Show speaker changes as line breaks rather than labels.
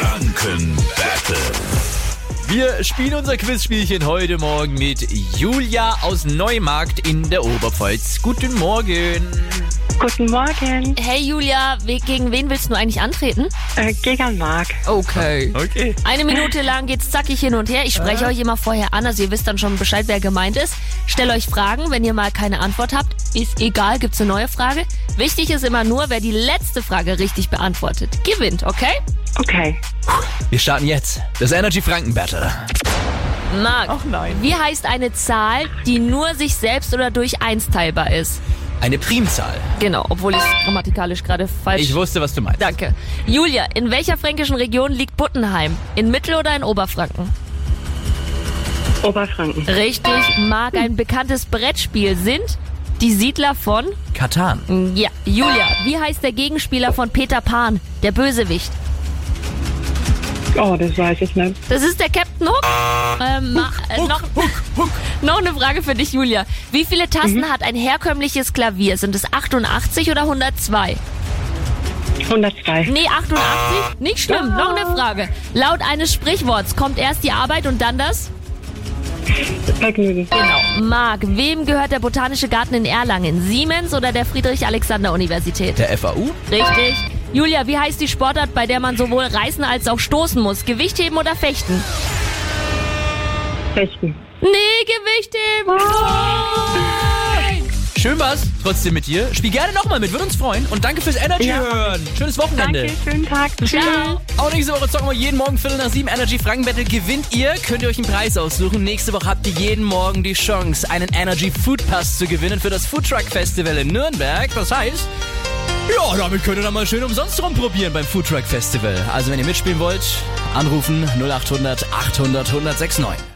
Franken Battle.
Wir spielen unser Quizspielchen heute Morgen mit Julia aus Neumarkt in der Oberpfalz. Guten Morgen.
Guten Morgen,
Hey Julia, we- gegen wen willst du eigentlich antreten?
äh, gegen Marc.
Okay.
Okay. Ah.
Eine Minute lang geht's zackig hin und her. Ich spreche euch immer vorher an, also ihr wisst dann schon Bescheid, wer gemeint ist. Stell euch Fragen, wenn ihr mal keine Antwort habt, ist egal, gibt's eine neue Frage. Wichtig ist immer nur, wer die letzte Frage richtig beantwortet, gewinnt, okay?
Okay,
Wir starten jetzt das Energy Franken Battle.
Marc,
Ach nein.
wie heißt eine Zahl, die nur sich selbst oder durch eins teilbar ist?
Eine Primzahl.
Genau, obwohl ich grammatikalisch gerade falsch...
Ich wusste, was du meinst.
Danke. Julia, in welcher fränkischen Region liegt Buttenheim? In Mittel- oder in Oberfranken?
Oberfranken,
Richtig, mag ein bekanntes Brettspiel sind die Siedler von.
Katan.
Ja, Julia, wie heißt der Gegenspieler von Peter Pan, der Bösewicht?
oh, das weiß ich nicht.
Das ist der Captain Hook. Ähm, ma- äh, noch, noch eine Frage für dich, Julia. Wie viele Tasten hat ein herkömmliches Klavier? Sind es 88 oder 102?
102,
Nee, 88? Nicht schlimm, noch eine Frage. Laut eines Sprichworts kommt erst die Arbeit und dann das?
Vergnügen,
Genau. Marc, wem gehört der Botanische Garten in Erlangen? Siemens oder der Friedrich-Alexander-Universität?
Der FAU?
Richtig. Julia, wie heißt die Sportart, bei der man sowohl reißen als auch stoßen muss? Gewichtheben oder Fechten?
Rechten.
Nee, Gewichtheben! Nein!
Schön war's. Trotzdem mit dir. Spiel gerne nochmal mit. Würde uns freuen. Und danke fürs Energy
Ja.
hören. Schönes Wochenende.
Danke, schönen Tag.
Ciao!
Auch nächste Woche zocken wir jeden Morgen Viertel nach sieben Energy Franken Battle. Gewinnt ihr, könnt ihr euch einen Preis aussuchen. Nächste Woche habt ihr jeden Morgen die Chance, einen Energy Food Pass zu gewinnen für das Food Truck Festival in Nürnberg. Das heißt, ja, damit könnt ihr dann mal schön umsonst rumprobieren beim Food Truck Festival. Also wenn ihr mitspielen wollt, anrufen 0800 800 1069.